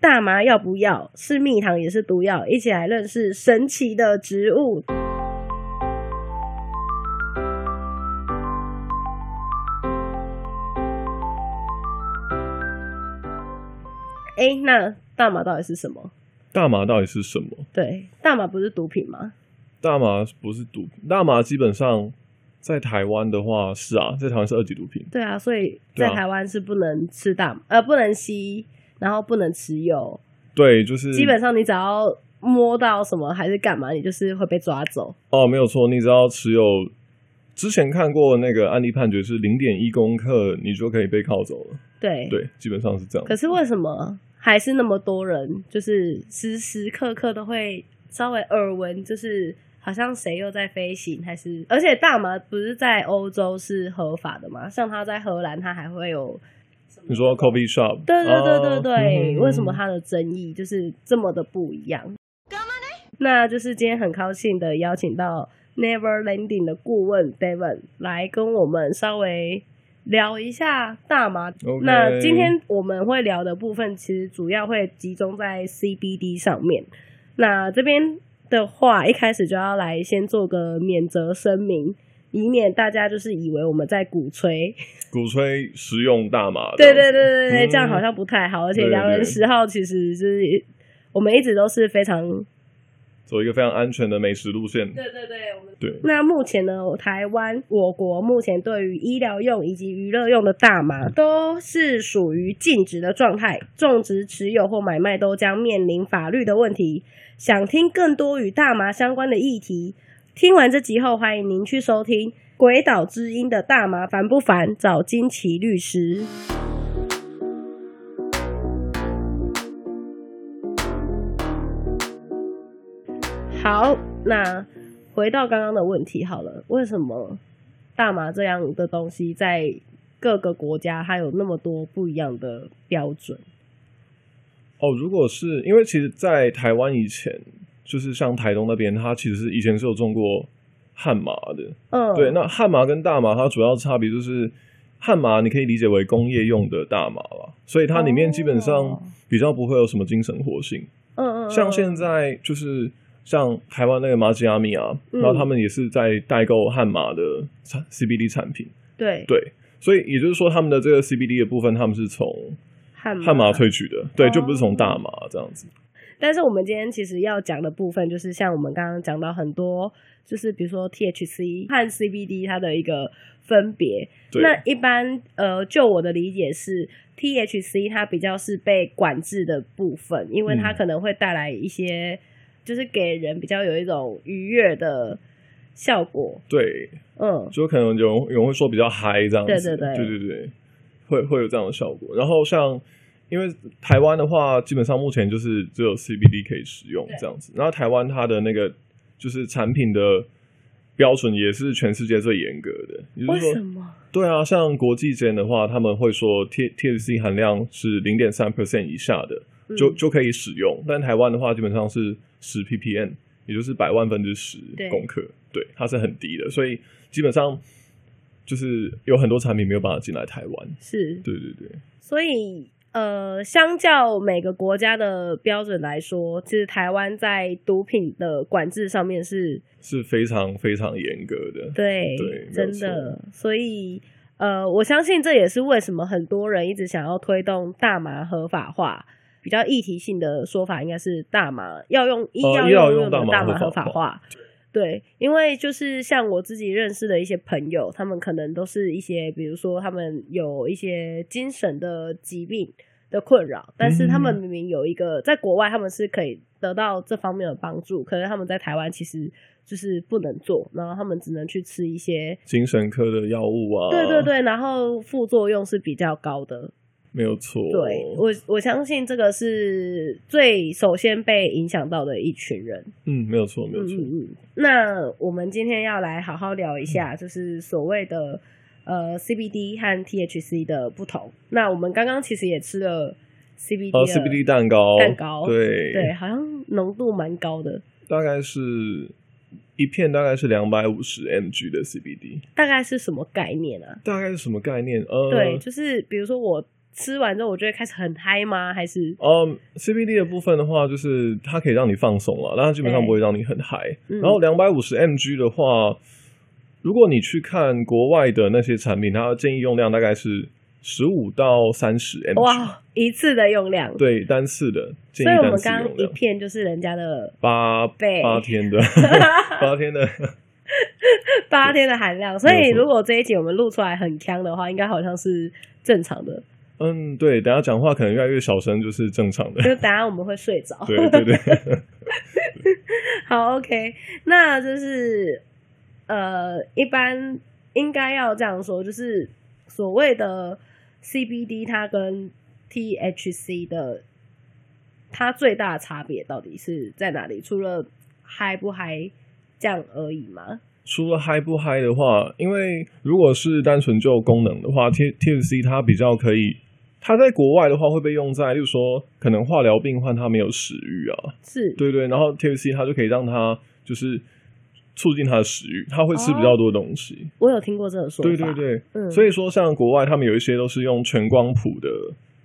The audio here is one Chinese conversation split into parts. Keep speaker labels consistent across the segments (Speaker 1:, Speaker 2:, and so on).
Speaker 1: 大麻要不要？是蜜糖也是毒药，一起来认识神奇的植物。哎、那大麻到底是什么？
Speaker 2: 大麻到底是什么？
Speaker 1: 对，大麻不是毒品吗？
Speaker 2: 大麻不是毒品，大麻基本上在台湾的话是啊，在台湾是二级毒品。
Speaker 1: 对啊，所以在
Speaker 2: 对啊
Speaker 1: 台湾是不能吃大麻，呃，不能吸，然后不能持有。
Speaker 2: 对，就是
Speaker 1: 基本上你只要摸到什么还是干嘛，你就是会被抓走。
Speaker 2: 哦，没有错，你只要持有之前看过那个案例判决是零点一公克，你就可以被铐走了。
Speaker 1: 对。
Speaker 2: 对，基本上是这样。
Speaker 1: 可是为什么还是那么多人，就是时时刻刻都会稍微耳闻，就是好像谁又在飞行，还是而且大麻不是在欧洲是合法的吗？像他在荷兰，他还会有。
Speaker 2: 你说 coffee shop，
Speaker 1: 对对对对对，
Speaker 2: 哦嗯
Speaker 1: 为什么它的争议就是这么的不一样？那就是今天很高兴的邀请到 Never Landing 的顾问 Devon 来跟我们稍微聊一下大麻。
Speaker 2: OK
Speaker 1: 那今天我们会聊的部分，其实主要会集中在 CBD 上面。那这边的话，一开始就要来先做个免责声明，以免大家就是以为我们在鼓吹
Speaker 2: 鼓吹食用大麻？
Speaker 1: 对对对对对，
Speaker 2: 嗯
Speaker 1: 这样好像不太好。而且
Speaker 2: 对对
Speaker 1: 良人
Speaker 2: 对
Speaker 1: 十号其实就是我们一直都是非常
Speaker 2: 走一个非常安全的美食路线。
Speaker 1: 对对对，我们
Speaker 2: 对，
Speaker 1: 那目前呢，台湾我国目前对于医疗用以及娱乐用的大麻都是属于禁止的状态，种植、持有或买卖都将面临法律的问题。想听更多与大麻相关的议题，听完这集后，欢迎您去收听《鬼岛之音》的《大麻烦不烦》，找金奇律师。好，那回到刚刚的问题好了，为什么大麻这样的东西在各个国家它有那么多不一样的标准？
Speaker 2: 哦，如果是因为其实，在台湾以前，就是像台东那边，它其实是以前是有种过旱麻的。
Speaker 1: 嗯，
Speaker 2: 对，那旱麻跟大麻它主要差别就是，旱麻你可以理解为工业用的大麻吧，所以它里面基本上
Speaker 1: 哦
Speaker 2: 比较不会有什么精神活性。
Speaker 1: 嗯嗯，嗯
Speaker 2: 像现在就是像台湾那个马吉阿米啊，
Speaker 1: 嗯
Speaker 2: 然后他们也是在代购悍马的产 CBD 产品，
Speaker 1: 对
Speaker 2: 对，所以也就是说他们的这个 CBD 的部分，他们是从
Speaker 1: 汉
Speaker 2: 悍马萃取的，对，
Speaker 1: 哦
Speaker 2: 就不是从大麻这样子，
Speaker 1: 但是我们今天其实要讲的部分，就是像我们刚刚讲到很多，就是比如说 THC 和 CBD 它的一个分别。
Speaker 2: 对，
Speaker 1: 那一般呃，就我的理解是，THC 它比较是被管制的部分，因为它
Speaker 2: 嗯
Speaker 1: 可能会带来一些，就是给人比较有一种愉悦的效果。
Speaker 2: 对，
Speaker 1: 嗯，
Speaker 2: 就可能有人有人会说比较嗨这样
Speaker 1: 对对
Speaker 2: 子，
Speaker 1: 对
Speaker 2: 对对对会会有这样的效果。然后像因为台湾的话，基本上目前就是只有 CBD 可以使用
Speaker 1: 对
Speaker 2: 这样子。然后台湾它的那个就是产品的标准也是全世界最严格的，也就
Speaker 1: 为
Speaker 2: 是
Speaker 1: 什
Speaker 2: 说，
Speaker 1: 么？
Speaker 2: 对啊，像国际间的话，他们会说 T THC 含量是零点三 percent 以下的就
Speaker 1: 嗯
Speaker 2: 就可以使用，但台湾的话基本上是十 ppm，也就是百万分之十
Speaker 1: 对
Speaker 2: 公克，对，它是很低的，所以基本上就是有很多产品没有办法进来台湾。
Speaker 1: 是
Speaker 2: 对对对，
Speaker 1: 所以呃，相较每个国家的标准来说，其实台湾在毒品的管制上面是
Speaker 2: 是非常非常严格的。
Speaker 1: 对
Speaker 2: 对没
Speaker 1: 真
Speaker 2: 有
Speaker 1: 的，所以。呃，我相信这也是为什么很多人一直想要推动大麻合法化。比较议题性的说法应该是大麻要用医
Speaker 2: 哦
Speaker 1: 药用
Speaker 2: 要用
Speaker 1: 用的
Speaker 2: 大麻
Speaker 1: 大麻
Speaker 2: 合
Speaker 1: 合
Speaker 2: 法
Speaker 1: 法化。对，因为就是像我自己认识的一些朋友，他们可能都是一些，比如说他们有一些精神的疾病的困扰，但是他们
Speaker 2: 嗯
Speaker 1: 明明有一个在国外，他们是可以得到这方面的帮助，可是他们在台湾其实就是不能做，然后他们只能去吃一些，
Speaker 2: 精神科的药物啊，
Speaker 1: 对对，对，然后副作用是比较高的，
Speaker 2: 没有错。
Speaker 1: 对我，我相信这个是最首先被影响到的一群人。
Speaker 2: 嗯，没有错，没有
Speaker 1: 嗯
Speaker 2: 错。
Speaker 1: 嗯嗯。那我们今天要来好好聊一
Speaker 2: 嗯
Speaker 1: 下，就是所谓的呃 CBD 和 THC 的不同。那我们刚刚其实也吃了 CBD
Speaker 2: 哦
Speaker 1: 的
Speaker 2: ，CBD 蛋糕，
Speaker 1: 蛋糕
Speaker 2: 对
Speaker 1: 对，，好像浓度蛮高的，
Speaker 2: 大概是一片大概是两百五十 mg 的 CBD，
Speaker 1: 大概是什么概念啊？
Speaker 2: 大概是什么概念？呃，
Speaker 1: 对，就是比如说我吃完之后，我就会开始很嗨吗？还是
Speaker 2: 嗯、c b d 的部分的话，就是它可以让你放松了，但它基本上
Speaker 1: 对
Speaker 2: 不会让你很嗨。
Speaker 1: 嗯
Speaker 2: 然后两百五十 mg 的话，如果你去看国外的那些产品，它建议用量大概是十五到三十 mg，
Speaker 1: 哇一次的用量？，
Speaker 2: 对，单次的建
Speaker 1: 所以
Speaker 2: 议
Speaker 1: 我
Speaker 2: 单
Speaker 1: 们
Speaker 2: 次
Speaker 1: 刚
Speaker 2: 用
Speaker 1: 刚一
Speaker 2: 量
Speaker 1: 片就是人家 的
Speaker 2: 八
Speaker 1: 倍
Speaker 2: 八 天的八天的，
Speaker 1: 八天的含量，所
Speaker 2: 没
Speaker 1: 以
Speaker 2: 有错
Speaker 1: 如果这一集我们录出来很呛的话，应该好像是正常的，
Speaker 2: 嗯，对，等一下讲话可能越来越小声，就是正常 的
Speaker 1: 就。等下我们会睡着。
Speaker 2: 对对对，
Speaker 1: 好，OK，那就是呃，一般应该要这样说，就是所谓的 CBD 它跟 THC 的它最大的差别到底是在哪里？除了嗨不嗨这样而已吗？
Speaker 2: 除了嗨不嗨的话，因为如果是单纯就功能的话，T T F C 它比较可以，它在国外的话会被用在，例如说可能化疗病患他没有食欲啊，
Speaker 1: 是，
Speaker 2: 对对，然后 T F C 它就可以让他就是促进他的食欲，他会吃比较多东西，
Speaker 1: 我有听过这个说法。
Speaker 2: 对对，对，
Speaker 1: 嗯，
Speaker 2: 所
Speaker 1: 以
Speaker 2: 以说像国外他们有一些都是用全光谱的。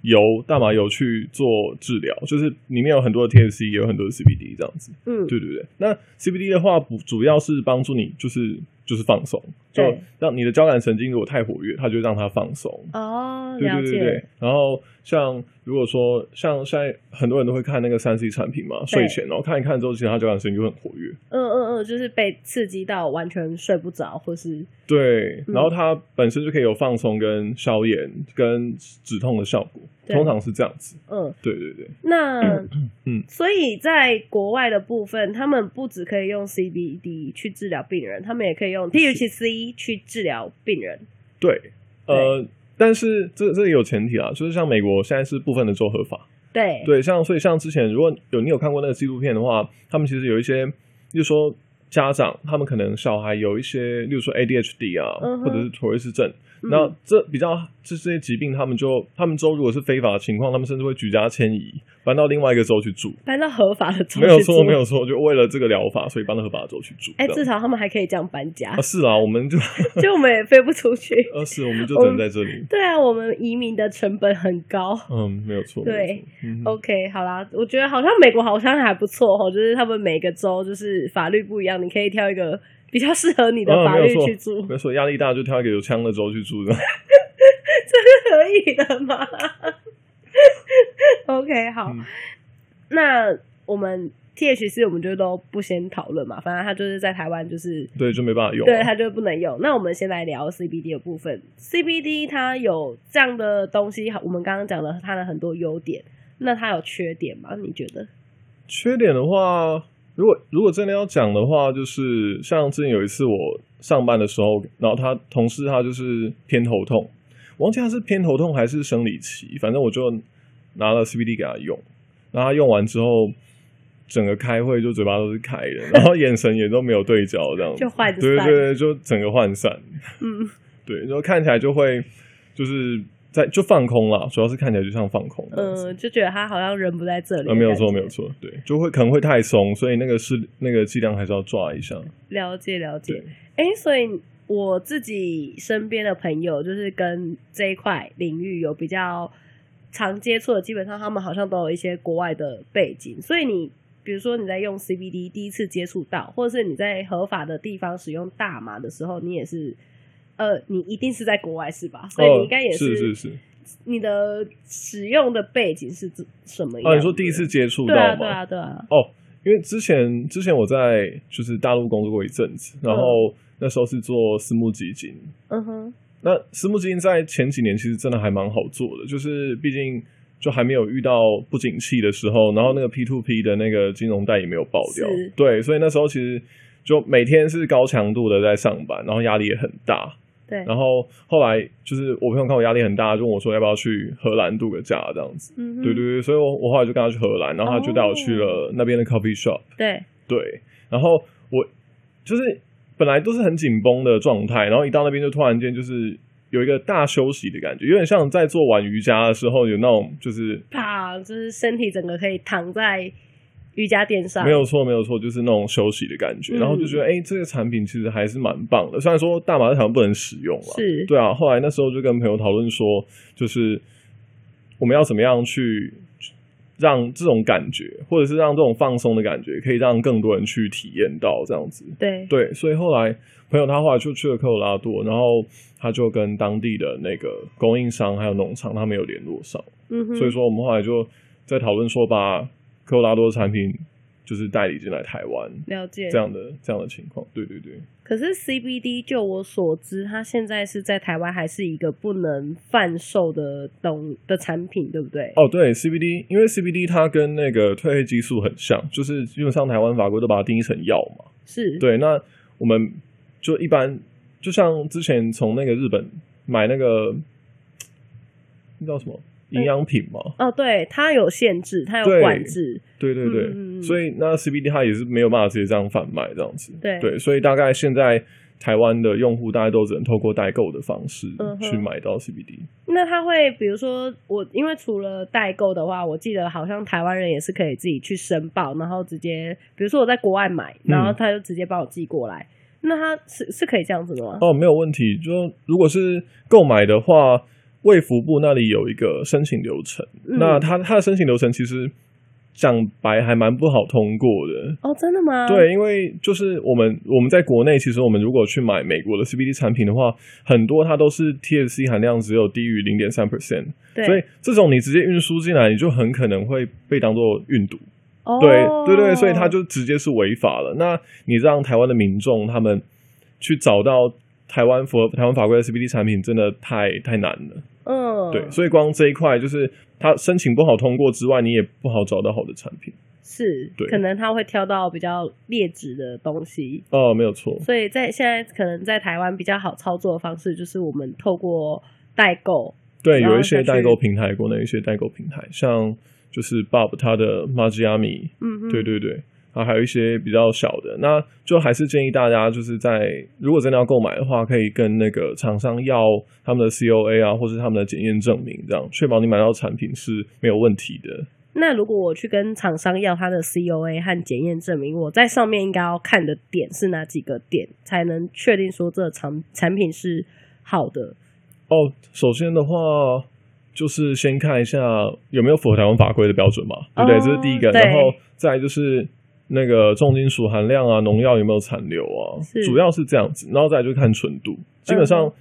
Speaker 2: 油大麻油去做治疗，就是里面有很多的 THC，也有很多的 CBD 这样子。
Speaker 1: 嗯，
Speaker 2: 对对对，那 CBD 的话，不主要是帮助你就是就是放松，就
Speaker 1: 对
Speaker 2: 让你的交感神经如果太活跃，它就会让它放松。
Speaker 1: 哦，
Speaker 2: 对
Speaker 1: 了
Speaker 2: 对
Speaker 1: 解，
Speaker 2: 对对，然后像如果说像现在很多人都会看那个三 C 产品嘛，睡前然后看一看之后，其实它交感神经就很活跃。
Speaker 1: 嗯嗯嗯，就是被刺激到完全睡不着，或是
Speaker 2: 对，
Speaker 1: 嗯
Speaker 2: 然后它本身就可以有放松、跟消炎、跟止痛的效果，
Speaker 1: 对
Speaker 2: 通常是这样子。
Speaker 1: 嗯，
Speaker 2: 对对对，
Speaker 1: 那
Speaker 2: 嗯
Speaker 1: 所以在国外的部分，他们不只可以用 CBD 去治疗病人，他们也可以
Speaker 2: 嗯
Speaker 1: 用 THC 去治疗病人。
Speaker 2: 对，呃，但是这这里有前提啊，就是像美国现在是部分的州合法，
Speaker 1: 对，
Speaker 2: 对，像所以像之前，如果有你有看过那个纪录片的话，他们其实有一些，就说家长他们可能小孩有一些，例如说 ADHD 啊，
Speaker 1: 嗯哼
Speaker 2: 或者是妥瑞氏症，
Speaker 1: 嗯
Speaker 2: 那这比较这这些疾病，他们就他们州如果是非法的情况，他们甚至会举家迁移，搬到另外一个州去住。
Speaker 1: 搬到合法的州
Speaker 2: 没有
Speaker 1: 哦去
Speaker 2: 错，
Speaker 1: 做
Speaker 2: 没有。错，就为了这个疗法，所以搬到合法的州去住。
Speaker 1: 哎，
Speaker 2: 这样
Speaker 1: 至少他们还可以这样搬家
Speaker 2: 啊，是啊，我们就
Speaker 1: 就我们也飞不出去。
Speaker 2: 呃是，我们就
Speaker 1: 我
Speaker 2: 只
Speaker 1: 们
Speaker 2: 能在这里。
Speaker 1: 对啊，我们移民的成本很高。
Speaker 2: 嗯，没有错，没有
Speaker 1: 对哦
Speaker 2: 错，嗯哼
Speaker 1: OK，好啦，我觉得好像美国好像还不错哦，就是他们每个州就是法律不一样，你可以挑一个比较适合你的
Speaker 2: 嗯
Speaker 1: 法
Speaker 2: 没有
Speaker 1: 律
Speaker 2: 错
Speaker 1: 去住，
Speaker 2: 没有错，压力大就挑一个有枪的州去住的。
Speaker 1: 可以的吗？OK，好，
Speaker 2: 嗯
Speaker 1: 那我们 THC 我们就都不先讨论嘛，反正它就是在台湾就是
Speaker 2: 对，就没办法用啊。
Speaker 1: 对它就不能用。那我们先来聊 CBD 的部分，CBD 它有这样的东西，我们刚刚讲了它的很多优点，那它有缺点吗？你觉得？
Speaker 2: 缺点的话，如果如果真的要讲的话，就是像之前有一次我上班的时候，然后他同事他就是偏头痛，我忘记他是偏头痛还是生理期，反正我就拿了 CBD 给他用，然后他用完之后，整个开会就嘴巴都是开的，然后眼神也都没有对焦，这样子
Speaker 1: 就涣散
Speaker 2: 对对对，就整个涣散，
Speaker 1: 嗯，
Speaker 2: 对，然后看起来就会就是在就放空了，主要是看起来就像放空这样子，
Speaker 1: 呃，就觉得它好像人不在这里、
Speaker 2: 呃，没有错，没有。错，对，就会可能会太松，所以那个是那个剂量还是要抓一下。
Speaker 1: 了解了解
Speaker 2: 对。
Speaker 1: 哎、所以我自己身边的朋友，就是跟这一块领域有比较常接触的，基本上他们好像都有一些国外的背景。所以你比如说你在用 CBD 第一次接触到，或者是你在合法的地方使用大麻的时候，你也是。呃，你一定是在国外是吧？所以你应该也
Speaker 2: 哦、是是是。
Speaker 1: 你的使用的背景是怎什么样？
Speaker 2: 哦，你说第一次接触到
Speaker 1: 对啊，
Speaker 2: 吗？
Speaker 1: 对啊，对啊，
Speaker 2: 哦，因为之前之前我在就是大陆工作过一阵子，然后那时候是做私募基金。
Speaker 1: 嗯哼，
Speaker 2: 那私募基金在前几年其实真的还蛮好做的，就是毕竟就还没有遇到不景气的时候，然后那个 P to P 的那个金融贷也没有爆掉
Speaker 1: 是，
Speaker 2: 对，所以那时候其实就每天是高强度的在上班，然后压力也很大，
Speaker 1: 对，
Speaker 2: 然后后来就是我朋友看我压力很大，就问我说要不要去荷兰度个假这样子。
Speaker 1: 嗯哼，哦
Speaker 2: 对对对，所以我我后来就跟他去荷兰，然后他就带我去了那边的 coffee shop。
Speaker 1: 对，
Speaker 2: 对，然后我就是本来都是很紧绷的状态，然后一到那边就突然间就是有一个大休息的感觉，有点像在做完瑜伽的时候有那种就是
Speaker 1: 啪，就是身体整个可以躺在瑜伽垫上，
Speaker 2: 没有错没有错，就是那种休息的感觉。
Speaker 1: 嗯
Speaker 2: 然后就觉得哎、这个产品其实还是蛮棒的，虽然说大麻在台湾不能使用了，
Speaker 1: 是，
Speaker 2: 对啊，后来那时候就跟朋友讨论说，就是我们要怎么样去让这种感觉，或者是让这种放松的感觉，可以让更多人去体验到这样子。
Speaker 1: 对，
Speaker 2: 对，所以后来朋友他后来就去了科罗拉多，然后他就跟当地的那个供应商还有农场他们有联络上，
Speaker 1: 嗯哼，
Speaker 2: 所以说我们后来就在讨论说把科罗拉多的产品就是代理进来台湾
Speaker 1: 了解
Speaker 2: 这。样的这样的情况。对对对，
Speaker 1: 可是 CBD 就我所知，它现在是在台湾还是一个不能贩售的东的产品，对不对？
Speaker 2: 哦对，CBD，因为 CBD 它跟那个褪黑激素很像，就是基本上台湾法规都把它定义成药嘛。
Speaker 1: 是，，
Speaker 2: 对，那我们就一般，就像之前从那个日本买那个那叫什么营养品嘛，
Speaker 1: 哦，对，它有限制，它有
Speaker 2: 对
Speaker 1: 管制，
Speaker 2: 对对对，
Speaker 1: 嗯嗯嗯
Speaker 2: 所以那 CBD 它也是没有办法直接这样贩卖这样子，
Speaker 1: 对
Speaker 2: 所以大概现在台湾的用户大概都只能透过代购的方式
Speaker 1: 嗯哼
Speaker 2: 去买到 CBD，、
Speaker 1: 那他会，比如说我，因为除了代购的话，我记得好像台湾人也是可以自己去申报，然后直接，比如说我在国外买，然
Speaker 2: 嗯
Speaker 1: 后他就直接帮我寄过来。那他是是可以这样子的吗？
Speaker 2: 哦，没有问题，就如果是购买的话。卫福部那里有一个申请流程，
Speaker 1: 嗯
Speaker 2: 那它它的申请流程其实讲白还蛮不好通过的，
Speaker 1: 哦，真的吗？，
Speaker 2: 对，因为就是我们我们在国内，其实我们如果去买美国的 CBD 产品的话，很多它都是 THC 含量只有低于零点三 percent，
Speaker 1: 对，
Speaker 2: 所以这种你直接运输进来，你就很可能会被当做运毒。
Speaker 1: 哦、
Speaker 2: 对对对，所以它就直接是违法了。那你让台湾的民众他们去找到台湾符合台湾法规的 CBD 产品，真的太太难了。
Speaker 1: 嗯，
Speaker 2: 对，所以光这一块就是它申请不好通过之外，你也不好找到好的产品。
Speaker 1: 是
Speaker 2: 对
Speaker 1: 可能他会挑到比较劣质的东西。
Speaker 2: 哦，没有错。
Speaker 1: 所以在现在可能在台湾比较好操作的方式，就是我们透过代购，
Speaker 2: 对，
Speaker 1: 然后
Speaker 2: 有一些
Speaker 1: 再
Speaker 2: 代
Speaker 1: 去
Speaker 2: 购平台，国内有一些代购平台，像就是 Bob 他的 Magiami，、
Speaker 1: 嗯哼，
Speaker 2: 对对对，啊，还有一些比较小的，那就还是建议大家就是在如果真的要购买的话，可以跟那个厂商要他们的 COA 啊，或是他们的检验证明，这样确保你买到产品是没有问题的。
Speaker 1: 那如果我去跟厂商要他的 COA 和检验证明，我在上面应该要看的点是哪几个点，才能确定说这产产品是好的？
Speaker 2: 哦，首先的话。就是先看一下有没有符合台湾法规的标准嘛，对不对？
Speaker 1: 哦
Speaker 2: 这是第一个，
Speaker 1: 对
Speaker 2: 然后再来就是那个重金属含量啊，农药有没有残留啊
Speaker 1: 是，
Speaker 2: 主要是这样子，然后再来就看纯度，基本
Speaker 1: 嗯
Speaker 2: 上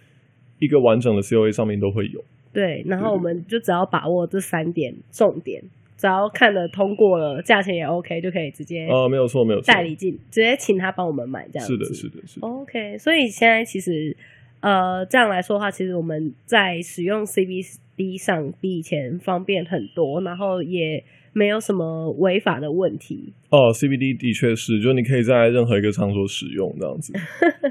Speaker 2: 一个完整的 COA 上面都会有。
Speaker 1: 对，然
Speaker 2: 嗯
Speaker 1: 后我们就只要把握这三点重点，只要看了通过了，价钱也 OK，就可以直接
Speaker 2: 啊，没有错，没有错，
Speaker 1: 代理进，直接请他帮我们买这样子。
Speaker 2: 是的，是的，是的。
Speaker 1: OK，所以现在其实，呃，这样来说的话，其实我们在使用 CBD 上比以前方便很多，然后也没有什么违法的问题，
Speaker 2: 哦，CBD 的确是，就是你可以在任何一个场所使用这样子，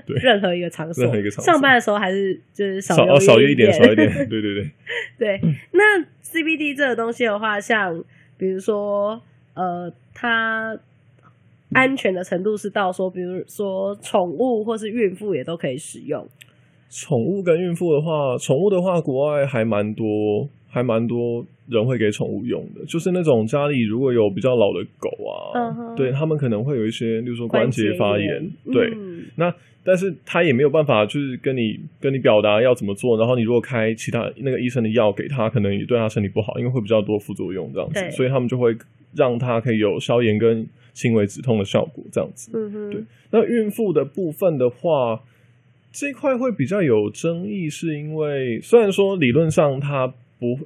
Speaker 2: 对
Speaker 1: 任何一个场所，
Speaker 2: 任何一个场所
Speaker 1: 上班的时候还是就是 少
Speaker 2: 少哦少
Speaker 1: 约，
Speaker 2: 约一点，少一点对对对。
Speaker 1: 对，
Speaker 2: 嗯
Speaker 1: 那 CBD 这个东西的话，像比如说，呃，它安全的程度是到说，比如说宠物或是孕妇也都可以使用。
Speaker 2: 宠物跟孕妇的话，宠物的话，国外还蛮多，还蛮多人会给宠物用的，就是那种家里如果有比较老的狗啊
Speaker 1: 嗯哼
Speaker 2: 对他们可能会有一些，例如说嗯关节发炎，对，
Speaker 1: 嗯
Speaker 2: 那但是他也没有办法，就是跟你跟你表达要怎么做，然后你如果开其他那个医生的药给他，可能也对他身体不好，因为会比较多副作用这样
Speaker 1: 对
Speaker 2: 子，所以他们就会让他可以有消炎跟轻微止痛的效果这样子。
Speaker 1: 嗯哼，
Speaker 2: 对那孕妇的部分的话，这一块会比较有争议，是因为虽然说理论上它不，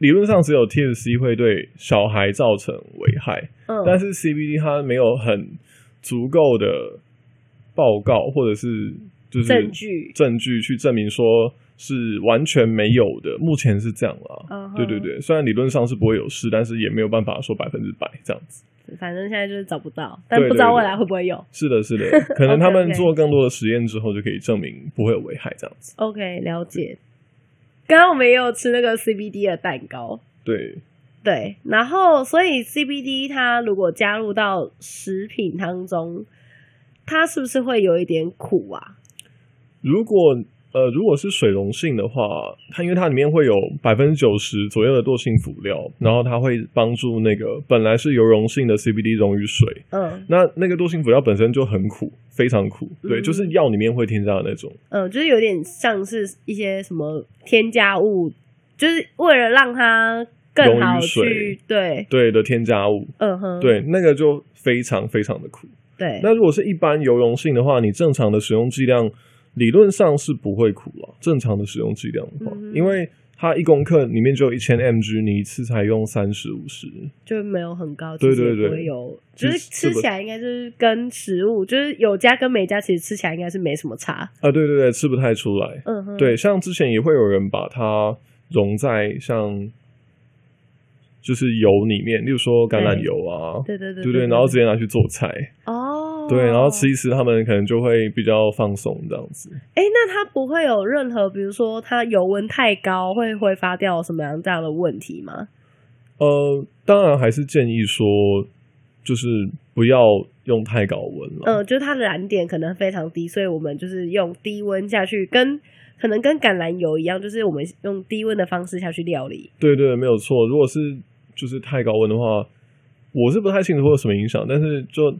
Speaker 2: 理论上只有 THC 会对小孩造成危害，
Speaker 1: 嗯，
Speaker 2: 但是 CBD 它没有很足够的报告或者是就是
Speaker 1: 证据
Speaker 2: 证据去证明说是完全没有的，目前是这样啦。
Speaker 1: 嗯哼
Speaker 2: 对对，对，虽然理论上是不会有事，但是也没有办法说百分之百这样子。
Speaker 1: 反正现在就是找不到，但
Speaker 2: 对
Speaker 1: 不知道
Speaker 2: 对
Speaker 1: 未
Speaker 2: 对
Speaker 1: 来会不会有。
Speaker 2: 是 的，是的，可能他
Speaker 1: OK，OK
Speaker 2: 们做更多的实验之后，就可以证明不会有危害这样子。
Speaker 1: OK，了解。刚刚我们也有吃那个 CBD 的蛋糕，
Speaker 2: 对，
Speaker 1: 对，然后所以 CBD 它如果加入到食品当中，它是不是会有一点苦啊？
Speaker 2: 如果呃如果是水溶性的话，它因为它里面会有百分之九十左右的惰性辅料，然后它会帮助那个本来是油溶性的 CBD 溶于水，
Speaker 1: 嗯
Speaker 2: 那那个惰性辅料本身就很苦，非常苦，对，
Speaker 1: 嗯
Speaker 2: 就是药里面会添加的那种。
Speaker 1: 嗯，就是有点像是一些什么添加物，就是为了让它更
Speaker 2: 溶
Speaker 1: 好
Speaker 2: 于水
Speaker 1: 去对，
Speaker 2: 对的添加物，
Speaker 1: 嗯哼，
Speaker 2: 对那个就非常非常的苦。
Speaker 1: 对，
Speaker 2: 那如果是一般油溶性的话，你正常的使用剂量理论上是不会苦了。正常的使用剂量的话，
Speaker 1: 嗯哼
Speaker 2: 因为它一公克里面只有一千 mg，你一次才用三十五十，
Speaker 1: 就没有很高，
Speaker 2: 对
Speaker 1: 其实
Speaker 2: 对
Speaker 1: 也
Speaker 2: 对
Speaker 1: 不会有，
Speaker 2: 其
Speaker 1: 就
Speaker 2: 实
Speaker 1: 是吃
Speaker 2: 是不
Speaker 1: 起来应该就是跟食物，就是有加跟没加，其实吃起来应该是没什么差。
Speaker 2: 啊，对对对，吃不太出来。
Speaker 1: 嗯哼，
Speaker 2: 对，像之前也会有人把它溶在像就是油里面，例如说橄榄
Speaker 1: 对
Speaker 2: 油啊，
Speaker 1: 对对对
Speaker 2: 对对，然后直接拿去做菜，
Speaker 1: 哦，
Speaker 2: 对，然后吃一吃，他们可能就会比较放松这样子。
Speaker 1: 哎、那它不会有任何，比如说它油温太高会挥发掉什么样这样的问题吗？
Speaker 2: 呃，当然还是建议说，就是不要用太高温了。
Speaker 1: 嗯、就是它的燃点可能非常低，所以我们就是用低温下去，跟可能跟橄榄油一样，就是我们用低温的方式下去料理。
Speaker 2: 对对，没有错。如果是就是太高温的话，我是不太清楚会有什么影响，但是就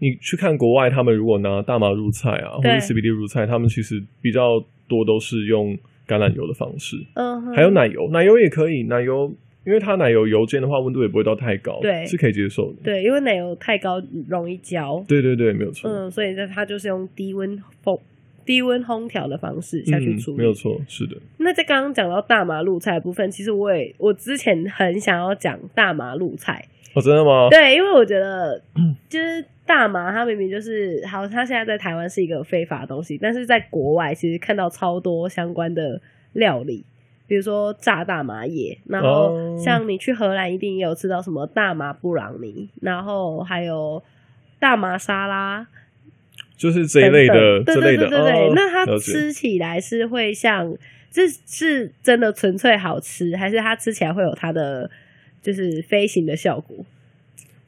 Speaker 2: 你去看国外，他们如果拿大麻入菜啊，或者
Speaker 1: 对
Speaker 2: CBD 入菜，他们其实比较多都是用橄榄油的方式，
Speaker 1: 嗯哼，
Speaker 2: 还有奶油，奶油也可以，奶油。因为它奶油油煎的话，温度也不会到太高，
Speaker 1: 对
Speaker 2: 是可以接受的。
Speaker 1: 对，因为奶油太高容易焦。
Speaker 2: 对对对，没有错，
Speaker 1: 嗯，所以呢，它就是用低温烘、低温烘调的方式下去
Speaker 2: 嗯
Speaker 1: 处理。
Speaker 2: 没有错，是的。
Speaker 1: 那在刚刚讲到大麻露菜的部分，其实我也我之前很想要讲大麻露菜，
Speaker 2: 哦，真的吗？
Speaker 1: 对，因为我觉得就是大麻，它明明就是好，它现在在台湾是一个非法的东西，但是在国外其实看到超多相关的料理。比如说炸大麻叶，然后
Speaker 2: 哦
Speaker 1: 像你去荷兰一定也有吃到什么大麻布朗尼，然后还有大麻沙拉，
Speaker 2: 就是这一类的，
Speaker 1: 等等
Speaker 2: 这类的。
Speaker 1: 对对对对对
Speaker 2: 哦
Speaker 1: 那它
Speaker 2: 了解
Speaker 1: 吃起来是会像，这是真的纯粹好吃，还是它吃起来会有它的就是飞行的效果？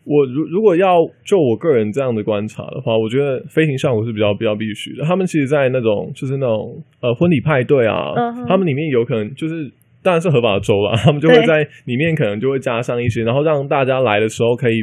Speaker 2: 我如如果要就我个人这样的观察的话，我觉得飞行效果是比较比较必须的。他们其实，在那种就是那种呃婚礼派对啊
Speaker 1: 嗯哼
Speaker 2: 他们里面有可能就是当然是合法的州啦，啊 他们就会
Speaker 1: 对
Speaker 2: 在里面可能就会加上一些，然后让大家来的时候可以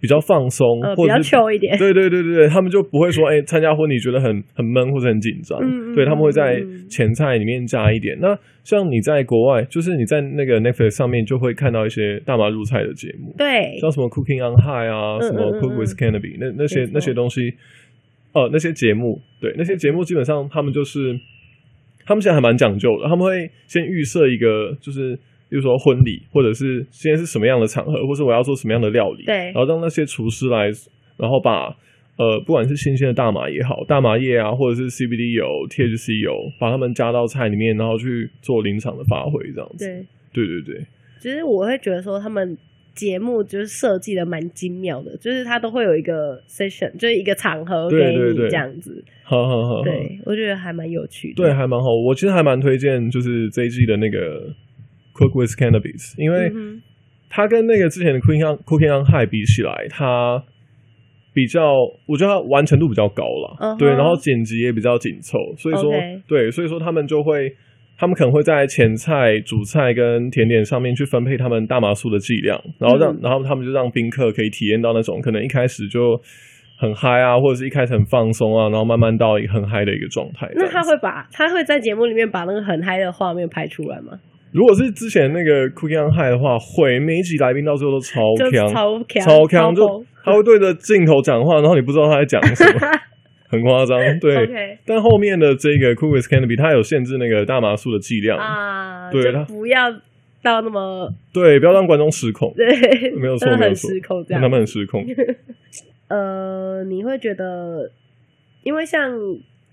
Speaker 2: 比较放松，
Speaker 1: 呃，比
Speaker 2: 或
Speaker 1: 较
Speaker 2: 者是。
Speaker 1: Q 一点。
Speaker 2: 对对对对对，他们就不会 说哎，参加婚礼觉得很很闷或者很紧张，
Speaker 1: 嗯嗯
Speaker 2: 对他们会在
Speaker 1: 嗯嗯
Speaker 2: 前菜里面加一点。那像你在国外，就是你在那个 Netflix 上面就会看到一些大麻入菜的节目，
Speaker 1: 对，
Speaker 2: 像什么 Cooking on High 啊，
Speaker 1: 嗯
Speaker 2: 什么
Speaker 1: 嗯嗯
Speaker 2: Cook with Canopy 那那
Speaker 1: 没
Speaker 2: 些
Speaker 1: 错
Speaker 2: 那些东西，哦、那些节目，对那些节目基本上他们就是他们现在还蛮讲究的，他们会先预设一个就是。比如说婚礼，或者是现在是什么样的场合，或是我要做什么样的料理，
Speaker 1: 对
Speaker 2: 然后让那些厨师来，然后把呃，不管是新鲜的大麻也好，大麻叶啊，或者是 CBD 油、THC 油，把它们加到菜里面，然后去做临场的发挥，这样子。
Speaker 1: 对，
Speaker 2: 对对对，
Speaker 1: 其实我会觉得说他们。节目就是设计的蛮精妙的，就是它都会有一个 session，就是一个场合给
Speaker 2: 对对
Speaker 1: 你
Speaker 2: 对
Speaker 1: 这样子。
Speaker 2: 好好好，
Speaker 1: 对我觉得还蛮有趣的。
Speaker 2: 对，还蛮好。我其实还蛮推荐，就是这一季的那个 Cook with Cannabis，因为
Speaker 1: 嗯
Speaker 2: 它跟那个之前的 Cooking on Cooking on High 比起来，它比较，我觉得它完成度比较高啦。
Speaker 1: 嗯哼
Speaker 2: 对，然后剪辑也比较紧凑，所以说
Speaker 1: OK
Speaker 2: 对，所以说他们就会。他们可能会在前菜、主菜跟甜点上面去分配他们大麻素的剂量，然后让、
Speaker 1: 嗯
Speaker 2: 然后他们就让宾客可以体验到那种可能一开始就很嗨啊，或者是一开始很放松啊，然后慢慢到一个很嗨的一个状态。
Speaker 1: 那
Speaker 2: 这样
Speaker 1: 他
Speaker 2: 子
Speaker 1: 会把他会在节目里面把那个很嗨的画面拍出来吗？
Speaker 2: 如果是之前那个 Cookie on High 的话，会每一集来宾到最后都超
Speaker 1: 就
Speaker 2: 强，
Speaker 1: 超强，
Speaker 2: 超强，
Speaker 1: 疯
Speaker 2: 就他会对着镜头讲话，然后你不知道他在讲什 么，很夸张。对，
Speaker 1: OK
Speaker 2: 但后面的这个 Cool with Canopy，它有限制那个大麻素的剂量，
Speaker 1: 啊，
Speaker 2: 对
Speaker 1: 就
Speaker 2: 他
Speaker 1: 不要到那么
Speaker 2: 对，不要让观众失控，
Speaker 1: 对，
Speaker 2: 没有错
Speaker 1: 真的
Speaker 2: 没
Speaker 1: 很
Speaker 2: 有错
Speaker 1: 失控这
Speaker 2: 让
Speaker 1: 样
Speaker 2: 他。们很失 控。
Speaker 1: 呃，你会觉得，因为像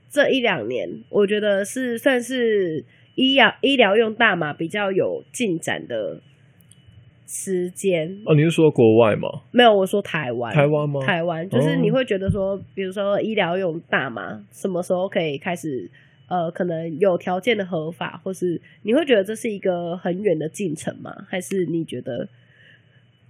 Speaker 1: 这一两年，我觉得是算是医疗医疗用大麻比较有进展的时间。
Speaker 2: 哦，你是说国外吗？
Speaker 1: 没有，我说台湾，哦
Speaker 2: 台湾吗？
Speaker 1: 台湾，就是
Speaker 2: 哦
Speaker 1: 你会觉得说，比如说医疗用大麻，什么时候可以开始？呃，可能有条件的合法，或是你会觉得这是一个很远的进程吗？还是你觉得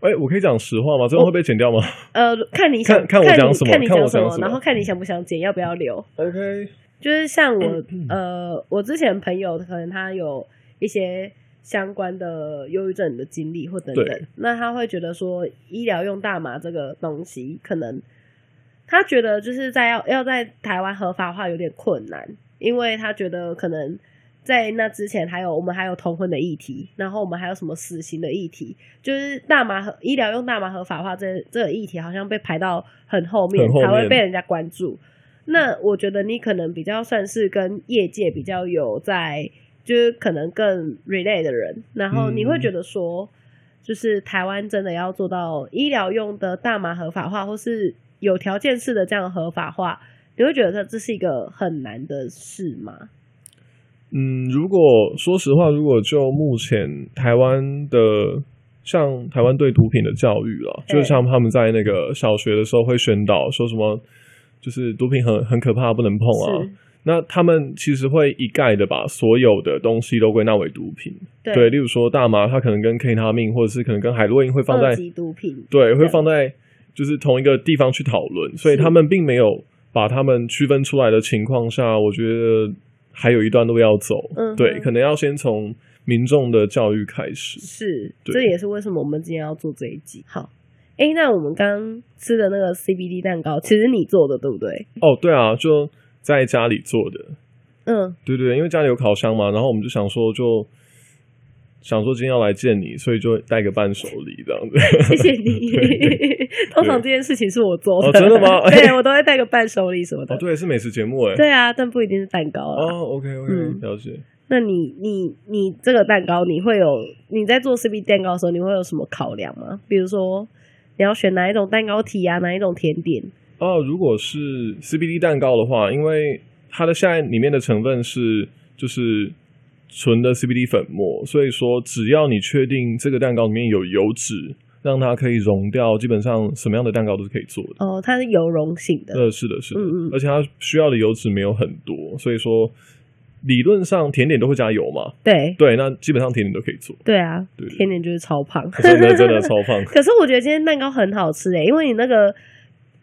Speaker 2: 哎，我可以讲实话吗？这样会被剪掉吗
Speaker 1: 呃，看你想
Speaker 2: 看看我讲什么
Speaker 1: 看你
Speaker 2: 看我
Speaker 1: 讲什
Speaker 2: 讲什么
Speaker 1: 然后看你想不想剪，要不要留？
Speaker 2: ？OK，
Speaker 1: 就是像
Speaker 2: 嗯
Speaker 1: 我呃，我之前朋友可能他有一些相关的忧郁症的经历或等等
Speaker 2: 对，
Speaker 1: 那他会觉得说医疗用大麻这个东西，可能他觉得就是在要要在台湾合法化有点困难，因为他觉得可能。在那之前还有我们还有同婚的议题，然后我们还有什么死刑的议题，就是大麻合医疗用大麻合法化这这个议题好像被排到很后面
Speaker 2: 很后面
Speaker 1: 才会被人家关注。那我觉得你可能比较算是跟业界比较有在，就是可能更 relate 的人，然后你会
Speaker 2: 嗯
Speaker 1: 觉得说，就是台湾真的要做到医疗用的大麻合法化，或是有条件式的这样合法化，你会觉得这是一个很难的事吗？
Speaker 2: 嗯，如果说实话，如果就目前台湾的像台湾对毒品的教育了，
Speaker 1: 对
Speaker 2: 就像他们在那个小学的时候会宣导说什么，就是毒品很很可怕，不能碰啊
Speaker 1: 是。，
Speaker 2: 那他们其实会一概的把所有的东西都归纳为毒品，
Speaker 1: 对，
Speaker 2: 例如说大麻，它可能跟 K 他命或者是可能跟海洛因会放在
Speaker 1: 二级毒品，
Speaker 2: 对，会
Speaker 1: 对
Speaker 2: 放在就是同一个地方去讨论，所以
Speaker 1: 是
Speaker 2: 他们并没有把他们区分出来的情况下，我觉得还有一段路要走。
Speaker 1: 嗯哼
Speaker 2: 对，可能要先从民众的教育开始。
Speaker 1: 是，
Speaker 2: 对
Speaker 1: 这也是为什么我们今天要做这一集。好，诶，那我们刚吃的那个 CBD 蛋糕，其实你做的对不对？
Speaker 2: 哦，对啊，就在家里做的，
Speaker 1: 嗯，
Speaker 2: 对对，因为家里有烤箱嘛，然后我们就想说就。想说今天要来见你，所以就带个伴手礼这样 子。
Speaker 1: 谢谢 你。 通常这件事情是我做的，
Speaker 2: 哦真的吗
Speaker 1: 对我都会带个伴手礼什么的。
Speaker 2: 哦，对，是美食节目哎。
Speaker 1: 对啊，但不一定是蛋糕啦。
Speaker 2: 哦，OK OK，、
Speaker 1: 嗯
Speaker 2: 了解。
Speaker 1: 那你你你这个蛋糕，你会有你在做 CB 蛋糕的时候，你会有什么考量吗？比如说你要选哪一种蛋糕体啊，哪一种甜点？
Speaker 2: 哦，如果是 CBD 蛋糕的话，因为它的下里面的成分是就是纯的 CBD 粉末，所以说只要你确定这个蛋糕里面有油脂，让它可以溶掉，基本上什么样的蛋糕都是可以做的。
Speaker 1: 哦，它是油溶性的，
Speaker 2: 呃，是的，是的，
Speaker 1: 嗯嗯
Speaker 2: 而且它需要的油脂没有很多，所以说理论上甜点都会加油嘛。
Speaker 1: 对
Speaker 2: 对，那基本上甜点都可以 做，
Speaker 1: 对啊，
Speaker 2: 对哦
Speaker 1: 甜点就是超胖，
Speaker 2: 真的真的超 胖。
Speaker 1: 可是我觉得今天蛋糕很好吃诶、欸因为你那个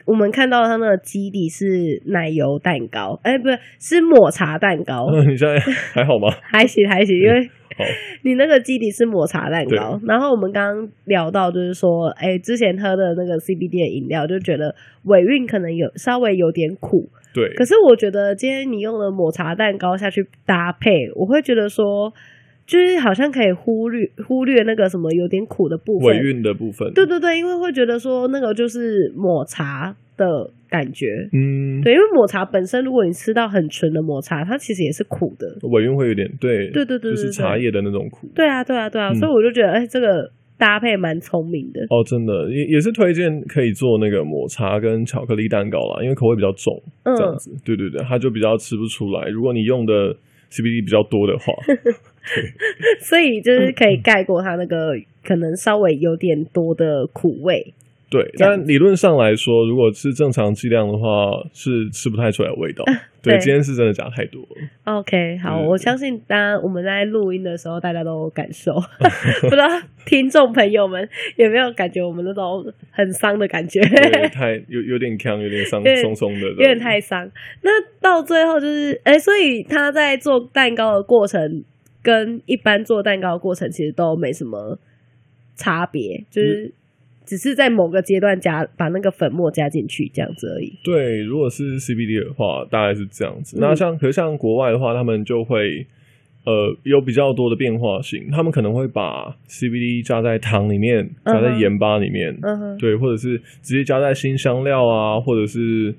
Speaker 1: 我们看到它那个基底是奶油蛋糕，哎、不是是抹茶蛋 糕，
Speaker 2: 嗯，你现在还好吗？
Speaker 1: 还行还行，因为
Speaker 2: 好
Speaker 1: 你那个基底是抹茶蛋糕。然后我们刚刚聊到，就是说，哎、之前喝的那个 CBD 的饮料，就觉得尾韵可能有稍微有点苦，
Speaker 2: 对，
Speaker 1: 可是我觉得今天你用了抹茶蛋糕下去搭配，我会觉得说，就是好像可以忽略忽略那个什么有点苦的部分，
Speaker 2: 尾韵的部分，
Speaker 1: 对对对，因为会觉得说那个就是抹茶的感觉。
Speaker 2: 嗯，
Speaker 1: 对，因为抹茶本身，如果你吃到很纯的抹茶，它其实也是苦的。
Speaker 2: 尾韵会有点对，
Speaker 1: 对对对对
Speaker 2: 就是
Speaker 1: 对
Speaker 2: 茶叶的那种苦。
Speaker 1: 对啊，对啊，对啊，
Speaker 2: 嗯
Speaker 1: 所以我就觉得，哎、这个搭配蛮聪明的。
Speaker 2: 哦，真的也也是推荐可以做那个抹茶跟巧克力蛋糕啦，因为口味比较重，这样
Speaker 1: 嗯，
Speaker 2: 子。对对对，它就比较吃不出来。如果你用的 CBD 比较 多的话，
Speaker 1: 所以就是可以盖过它那个
Speaker 2: 嗯
Speaker 1: 可能稍微有点多的苦味。
Speaker 2: 对，
Speaker 1: 这样子
Speaker 2: 但理论上来说，如果是正常剂量的话，是吃不太出来 味道。对，
Speaker 1: 对
Speaker 2: 今天是真的加太多 了。
Speaker 1: OK，好，
Speaker 2: 对
Speaker 1: 我相信当然我们在录音的时候，大家都有感 受，不知道听众朋友们有没有感觉我们那种很丧的感觉？
Speaker 2: 对，太有有点呛，有点伤
Speaker 1: 有点
Speaker 2: 松松的，有
Speaker 1: 有点太伤。那到最后就是，哎、所以他在做蛋糕的过程跟一般做蛋糕的过程其实都没什么差别，
Speaker 2: 嗯
Speaker 1: 就是只是在某个阶段加把那个粉末加进去这样子而已。
Speaker 2: 对，如果是 CBD 的话，大概是这样
Speaker 1: 嗯
Speaker 2: 子。那像可是像国外的话，他们就会呃有比较多的变化性，他们可能会把 CBD 加在糖里面，加
Speaker 1: 嗯
Speaker 2: 在
Speaker 1: 哼
Speaker 2: 盐巴里面，
Speaker 1: 嗯哼，
Speaker 2: 对，或者是直接加在新香料啊，或者是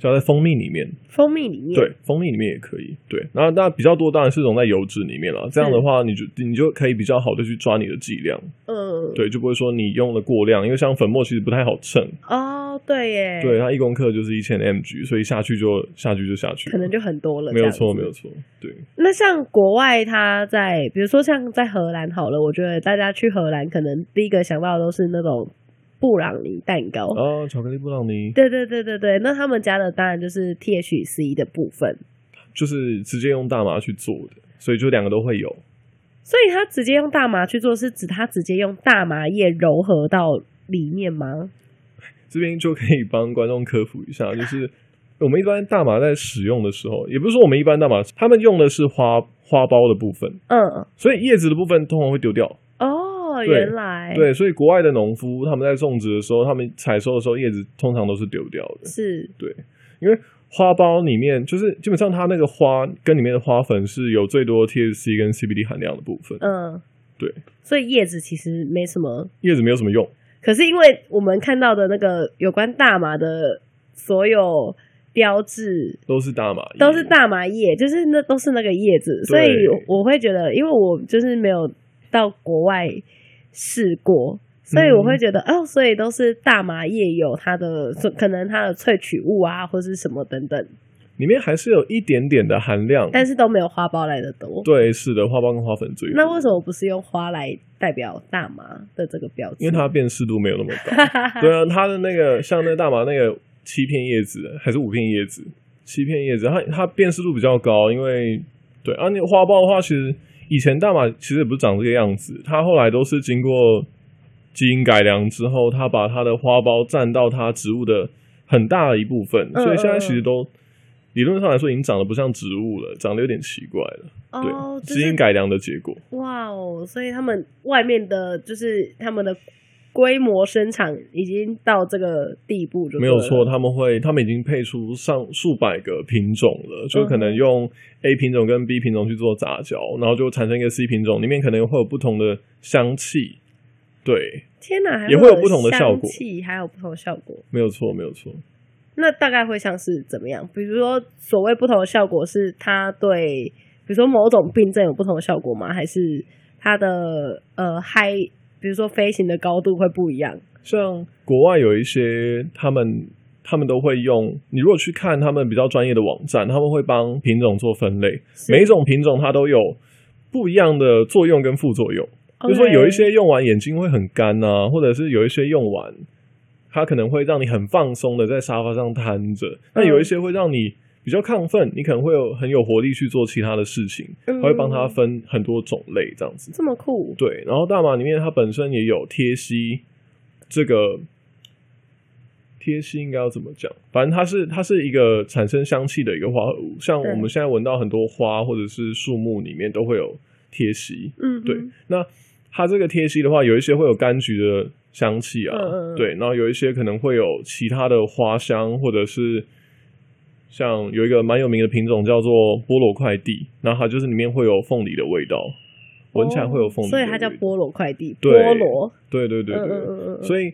Speaker 2: 加在蜂蜜里面，
Speaker 1: 蜂蜜里面，
Speaker 2: 对，蜂蜜里面也可以。对，那那比较多当然是溶在油脂里面了。这样的话，你就你就可以比较好的去抓你的剂量，
Speaker 1: 嗯，，
Speaker 2: 对，就不会说你用了过量，因为像粉末其实不太好称。
Speaker 1: 哦，对耶，
Speaker 2: 对，它一公克就是一千 mg，所以下去就下去就下去了，
Speaker 1: 可能就很多了，
Speaker 2: 没有错，没
Speaker 1: 错。
Speaker 2: 有错，对，
Speaker 1: 那像国外，他在比如说像在荷兰好了，我觉得大家去荷兰可能第一个想到的都是那种布朗尼蛋糕。
Speaker 2: 啊，巧克力布朗尼
Speaker 1: 对对对对对，那他们加的当然就是 THC 的部分，
Speaker 2: 就是直接用大麻去做的，所以就两个都会有，
Speaker 1: 所以他直接用大麻去做，是指他直接用大麻叶柔合到里面吗？
Speaker 2: 这边就可以帮观众科普一下，就是我们一般大麻在使用的时候，也不是说我们一般大麻，他们用的是花花苞的部分，
Speaker 1: 嗯，
Speaker 2: 所以叶子的部分通常会丢掉。
Speaker 1: 哦，
Speaker 2: 对
Speaker 1: 原来
Speaker 2: 对，所以国外的农夫他们在种植的时候，他们采收的时候叶子通常都是丢掉的。
Speaker 1: 是
Speaker 2: 因为花苞里面，就是基本上它那个花跟里面的花粉是有最多 THC 跟 CBD 含量的部分。
Speaker 1: 嗯，
Speaker 2: 对，
Speaker 1: 所以叶子其实没什么，
Speaker 2: 叶子没有什么用，
Speaker 1: 可是因为我们看到的那个有关大麻的所有标志。
Speaker 2: 都是大麻叶，
Speaker 1: 都是大麻叶，就是那都是那个叶子，所以我会觉得，因为我就是没有到国外试过，所
Speaker 2: 嗯
Speaker 1: 以我会觉得、哦，所以都是大麻叶有它的可能它的萃取物啊，或是什么等等，
Speaker 2: 里面还是有一点点的含量。
Speaker 1: 但是都没有花苞来的多。
Speaker 2: 对，是的，花苞跟花粉最多
Speaker 1: 那为什么不是用花来代表大麻的这个标志？
Speaker 2: 因为它辨识度没有那么 高。对啊，它的那个像那大麻那个七片叶子还是五片叶子，七片叶子，它它辨识度比较高，因为对啊，那花苞的话，其实以前大麻其实也不是长这个样子，它后来都是经过基因改良之后，它把它的花苞占到它植物的很大的一部分，
Speaker 1: 嗯
Speaker 2: 所以现在
Speaker 1: 嗯
Speaker 2: 其实都。理论上来说，已经长得不像植物了，长得有点奇怪了。对，
Speaker 1: 哦，就
Speaker 2: 基
Speaker 1: 是
Speaker 2: 因改良的结果。
Speaker 1: 哇哦，所以他们外面的就是他们的规模生产已经到这个地步就对
Speaker 2: 没
Speaker 1: 了，
Speaker 2: 有错，他们会，他们已经配出上数百个品种了，就
Speaker 1: 嗯
Speaker 2: 可能用 A 品种跟 B 品种去做杂交，然后就产生一个 C 品种，里面可能会有不同的香气。对，
Speaker 1: 天哪，还
Speaker 2: 也会有不同的效果
Speaker 1: 香气还有不同的效果。
Speaker 2: 没有错，没有错。
Speaker 1: 那大概会像是怎么样？比如说，所谓不同的效果是它对，比如说某种病症有不同的效果吗？还是它的呃嗨，比如说飞行的高度会不一样？
Speaker 2: 像国外有一些他们。他们都会用，你如果去看他们比较专业的网站，他们会帮品种做分类，
Speaker 1: 是
Speaker 2: 每一种品种它都有不一样的作用跟副作用。
Speaker 1: 哦
Speaker 2: 比如说有一些用完眼睛会很干啊，或者是有一些用完，它可能会让你很放松的在沙发上瘫着。那有一些会让你比较亢奋，你可能会有很有活力去做其他的事情。它
Speaker 1: 嗯
Speaker 2: 会帮它分很多种类这样子。
Speaker 1: 这么酷，
Speaker 2: 对，然后大麻里面它本身也有贴息，这个贴息应该要怎么讲？反正它是它是一个产生香气的一个化合物，像
Speaker 1: 对
Speaker 2: 我们现在闻到很多花或者是树木里面都会有贴息。
Speaker 1: 嗯哼，
Speaker 2: 对，那它这个贴息的话，有一些会有柑橘的香气啊，
Speaker 1: 嗯嗯嗯
Speaker 2: 对，然后有一些可能会有其他的花香，或者是像有一个蛮有名的品种叫做菠萝快递，然后它就是里面会有凤梨的味道，闻起来会有凤梨的
Speaker 1: 哦所
Speaker 2: 味
Speaker 1: 以
Speaker 2: 道、
Speaker 1: 它叫菠萝快递，
Speaker 2: 对
Speaker 1: 菠萝，
Speaker 2: 对对对对
Speaker 1: 嗯
Speaker 2: 对
Speaker 1: 嗯嗯嗯嗯，
Speaker 2: 所以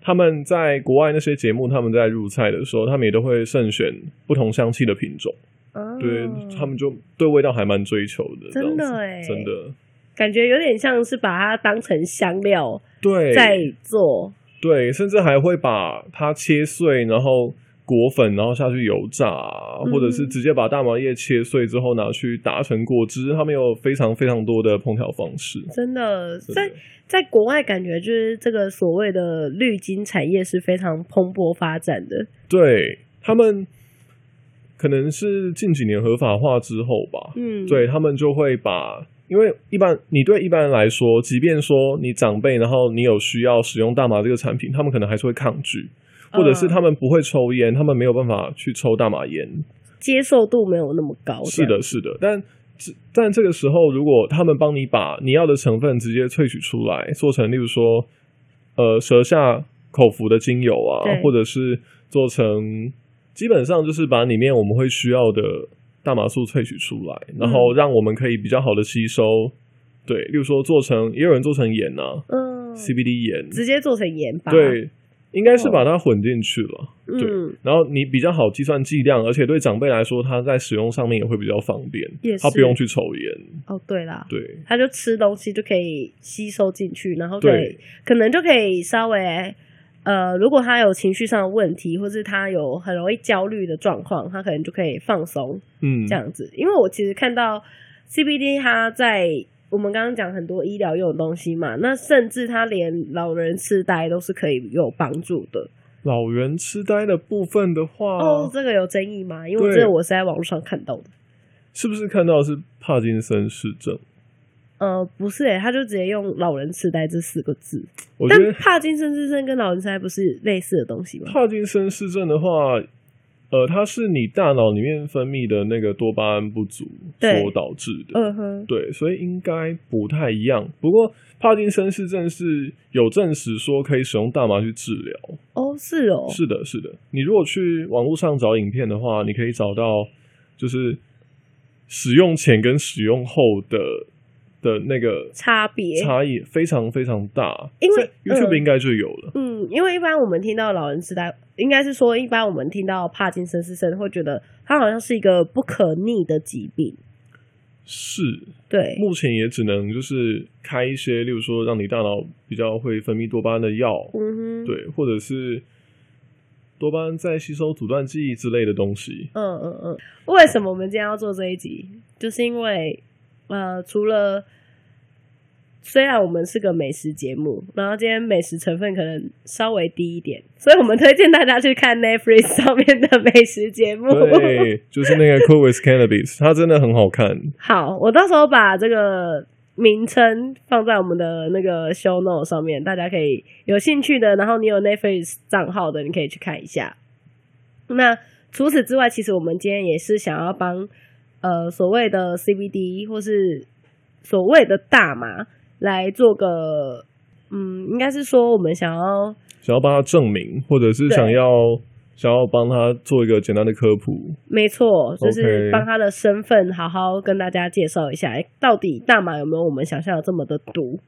Speaker 2: 他们在国外那些节目，他们在入菜的时候，他们也都会慎选不同香气的品种，
Speaker 1: 啊
Speaker 2: 对、他们就对味道还蛮追求的，
Speaker 1: 真的
Speaker 2: 这样子
Speaker 1: 欸
Speaker 2: 真的。
Speaker 1: 感觉有点像是把它当成香料
Speaker 2: 对，
Speaker 1: 在做，
Speaker 2: 对，甚至还会把它切碎，然后裹粉，然后下去油炸，啊或者是
Speaker 1: 嗯
Speaker 2: 直接把大麻叶切碎之后拿去打成果汁。他们有非常非常多的烹调方式。
Speaker 1: 真的
Speaker 2: 真的
Speaker 1: 在在国外感觉就是这个所谓的绿金产业是非常蓬勃发展的，
Speaker 2: 对他们，可能是近几年合法化之后吧，
Speaker 1: 嗯，
Speaker 2: 对他们就会把，因为一般你对一般人来说，即便说你长辈，然后你有需要使用大麻这个产品，他们可能还是会抗拒，或者是
Speaker 1: 嗯
Speaker 2: 他们不会抽烟，他们没有办法去抽大麻烟。
Speaker 1: 接受度没有那么高。
Speaker 2: 是的，是的，但这但这个时候，如果他们帮你把你要的成分直接萃取出来，做成例如说，呃，舌下口服的精油啊
Speaker 1: 对，
Speaker 2: 或者是做成，基本上就是把里面我们会需要的大麻素萃取出来，然
Speaker 1: 嗯
Speaker 2: 后让我们可以比较好的吸收。对，例如说做成，也有人做成盐啊
Speaker 1: 这样，嗯，
Speaker 2: ，CBD 盐，
Speaker 1: 直接做成盐巴，，
Speaker 2: 对，应该
Speaker 1: 哦
Speaker 2: 是把它混进去了。
Speaker 1: 嗯，
Speaker 2: 然后你比较好计算剂量，而且对长辈来说，他在使用上面也会比较方便
Speaker 1: 也，是
Speaker 2: 他不用去抽烟。
Speaker 1: 哦，对啦。
Speaker 2: 对，
Speaker 1: 他就吃东西就可以吸收进去，然后可
Speaker 2: 对
Speaker 1: 以可能就可以稍微，呃，如果他有情绪上的问题，或是他有很容易焦虑的状况，他可能就可以放松，
Speaker 2: 嗯，
Speaker 1: 这样子。因为我其实看到 CBD 它在我们刚刚讲很多医疗用的东西嘛，那甚至它连老人痴呆都是可以有帮助的。
Speaker 2: 老人痴呆的部分的话，
Speaker 1: 哦，这个有争议吗？因为
Speaker 2: 对
Speaker 1: 这个我是在网络上看到的。
Speaker 2: 是不是看到的是帕金森氏症？
Speaker 1: 呃，不是诶、他就直接用“老人痴呆”这四个字。
Speaker 2: 我觉
Speaker 1: 但
Speaker 2: 得
Speaker 1: 帕金森氏症跟老人痴呆不是类似的东西吗？
Speaker 2: 帕金森氏症的话，呃，它是你大脑里面分泌的那个多巴胺不足
Speaker 1: 对
Speaker 2: 所导致的。
Speaker 1: 嗯哼，
Speaker 2: 对，所以应该不太一样。不过帕金森氏症是有证实说可以使用大麻去治疗。
Speaker 1: 哦，是哦，
Speaker 2: 是的，是的。你如果去网络上找影片的话，你可以找到就是使用前跟使用后的的那个
Speaker 1: 差别。
Speaker 2: 差异非常非常大。
Speaker 1: 因为
Speaker 2: 在 YouTube
Speaker 1: 嗯
Speaker 2: 应该就有了。
Speaker 1: 嗯，因为一般我们听到老人痴呆，应该是说一般我们听到帕金森氏症，会觉得它好像是一个不可逆的疾病。
Speaker 2: 是，
Speaker 1: 对，
Speaker 2: 目前也只能就是开一些，例如说让你大脑比较会分泌多巴胺的药，
Speaker 1: 嗯哼，，
Speaker 2: 对，或者是多巴胺在吸收阻断剂之类的 东西。
Speaker 1: 嗯嗯嗯。为什么我们今天要做这一集？就是因为呃，除了虽然我们是个美食节目，然后今天美食成分可能稍微低一点，所以我们推荐大家去看 Netflix 上面的美食节目。
Speaker 2: 对，就是那个 Cool with Cannabis，它真的很好看。
Speaker 1: 好，我到时候把这个名称放在我们的那个 show note 上面，大家可以有兴趣的，然后你有 Netflix 账号的，你可以去看一下。那除此之外，其实我们今天也是想要帮呃所谓的 CBD 或是所谓的大麻来做个，嗯，应该是说我们想要
Speaker 2: 想要帮他证明，或者是
Speaker 1: 对
Speaker 2: 想要想要帮他做一个简单的科普。
Speaker 1: 没错，就是
Speaker 2: OK
Speaker 1: 帮他的身份好好跟大家介绍一下，诶到底大麻有没有我们想象的这么的毒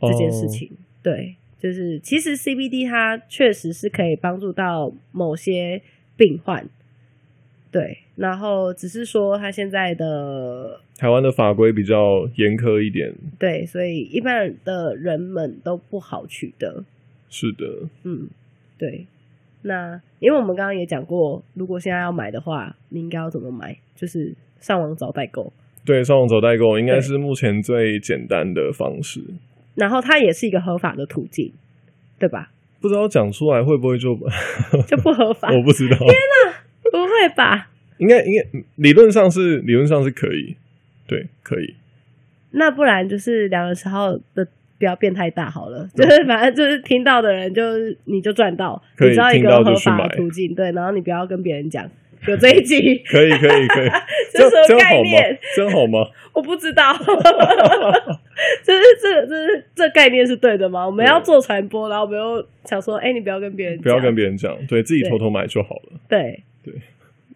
Speaker 1: 这件事
Speaker 2: 哦
Speaker 1: 情。对，就是其实 CBD 它确实是可以帮助到某些病患，对，然后只是说它现在的
Speaker 2: 台湾的法规比较严苛一点，
Speaker 1: 对，所以一般的人们都不好取得。
Speaker 2: 是的，
Speaker 1: 嗯，对。那因为我们刚刚也讲过，如果现在要买的话，你应该要怎么买？就是上网找代购。
Speaker 2: 对，上网找代购应该
Speaker 1: 对
Speaker 2: 是目前最简单的方式。
Speaker 1: 然后它也是一个合法的途径，对吧？
Speaker 2: 不知道讲出来会不会就
Speaker 1: 就不合法？
Speaker 2: 我不知道，
Speaker 1: 不会吧？
Speaker 2: 应该应该理论上是理论上是可以，对，可以。
Speaker 1: 那不然就是两个十号的不要变太大好
Speaker 2: 嗯
Speaker 1: 了，就是反正就是听到的人就是你就赚到，
Speaker 2: 可以
Speaker 1: 你知道一
Speaker 2: 听
Speaker 1: 个
Speaker 2: 到就
Speaker 1: 合
Speaker 2: 去
Speaker 1: 法
Speaker 2: 买
Speaker 1: 的途径，对，然后你不要跟别人
Speaker 2: ，
Speaker 1: 讲有这一集
Speaker 2: 可以，可以，可以。这
Speaker 1: 这
Speaker 2: 样
Speaker 1: 是什
Speaker 2: 这
Speaker 1: 么
Speaker 2: 样
Speaker 1: 概
Speaker 2: 好吗
Speaker 1: 念？？
Speaker 2: 这样好吗？
Speaker 1: 我不知 道， 就是这这是这概念是对的吗？我们要
Speaker 2: 对
Speaker 1: 做传播，然后我们又想说，哎、你不要跟别人
Speaker 2: 不要跟
Speaker 1: 别
Speaker 2: 别人讲，对自己
Speaker 1: 对
Speaker 2: 偷偷买就好了，
Speaker 1: 对
Speaker 2: 对，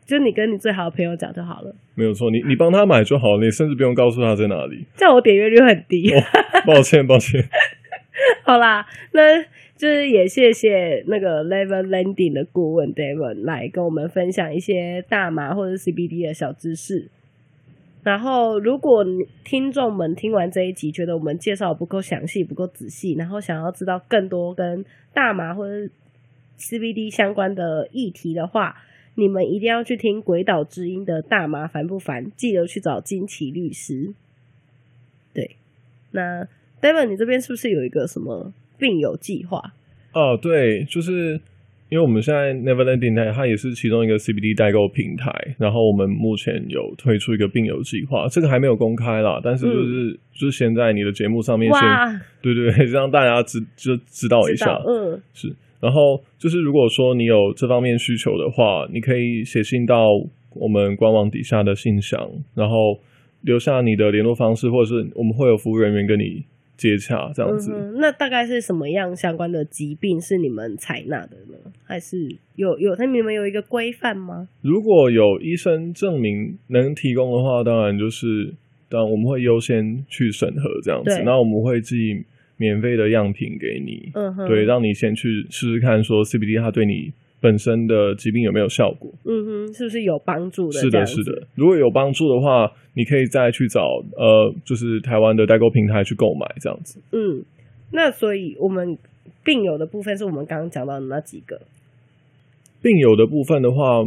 Speaker 1: 就你跟你最好的朋友讲就好了，
Speaker 2: 没有错。你你帮他买就好了，你甚至不用告诉他在哪里。
Speaker 1: 这样我点阅率很低。
Speaker 2: 抱歉，抱歉。
Speaker 1: 好啦，那就是也谢谢那个 Level Landing 的顾问 David 来跟我们分享一些大麻或者 CBD 的小知识。然后，如果你听众们听完这一集，觉得我们介绍不够详细、不够仔细，然后想要知道更多跟大麻或者 CBD 相关的议题的话，你们一定要去听《鬼岛之音》的《大麻烦不烦》，记得去找金奇律师。对，那 David，你这边是不是有一个什么病友计划？
Speaker 2: 哦，对，就是因为我们现在 Neverlanding 台，它也是其中一个 CBD 代购平台，然后我们目前有推出一个病友计划，这个还没有公开啦，但是就是、就是先在你的节目上面
Speaker 1: 嗯
Speaker 2: 先，
Speaker 1: 哇，
Speaker 2: 对对对，让大家知就知道一
Speaker 1: 知
Speaker 2: 下
Speaker 1: 道，，嗯，
Speaker 2: 是。然后就是如果说你有这方面需求的话，你可以写信到我们官网底下的信箱，然后留下你的联络方式，或者是我们会有服务人员跟你接洽这样子。
Speaker 1: 嗯哼，那大概是什么样相关的疾病是你们采纳的呢？还是有有那你们有一个规范吗？
Speaker 2: 如果有医生证明能提供的话，当然就是，当然我们会优先去审核这样子
Speaker 1: 对。
Speaker 2: 那我们会寄免费的样品给你，
Speaker 1: 嗯哼，
Speaker 2: 对，，让你先去试试看，说 CBD 它对你本身的疾病有没有效果。
Speaker 1: 嗯哼，是不是有帮助的？
Speaker 2: 是的，是，的。如果有帮助的话，你可以再去找呃，就是台湾的代购平台去购买这样子。
Speaker 1: 嗯，那所以我们病友的部分是我们刚刚讲到的那几个，
Speaker 2: 病友的部分的话，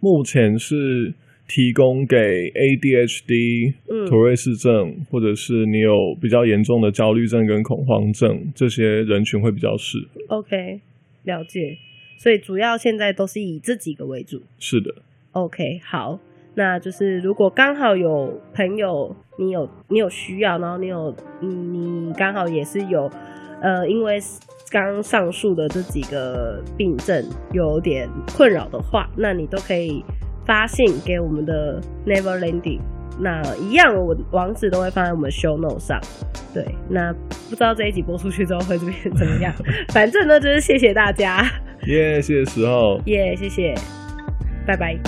Speaker 2: 目前是提供给 ADHD、
Speaker 1: 嗯
Speaker 2: 妥瑞氏症，或者是你有比较严重的焦虑症跟恐慌症这些人群会比较适合。
Speaker 1: OK，了解。所以主要现在都是以这几个为主。
Speaker 2: 是的，
Speaker 1: OK，好，那就是如果刚好有朋友，你嗯有你有需要，然后你有你你刚好也是有，呃，因为刚上述的这几个病症有点困扰的话，那你都可以发信给我们的 Neverlanding。那一样，我网址都会放在我们 show note 上。对，那不知道这一集播出去之后会这边怎么样， 反正呢，就是谢谢大家，
Speaker 2: 耶、谢谢十号。
Speaker 1: 耶、谢谢，拜拜。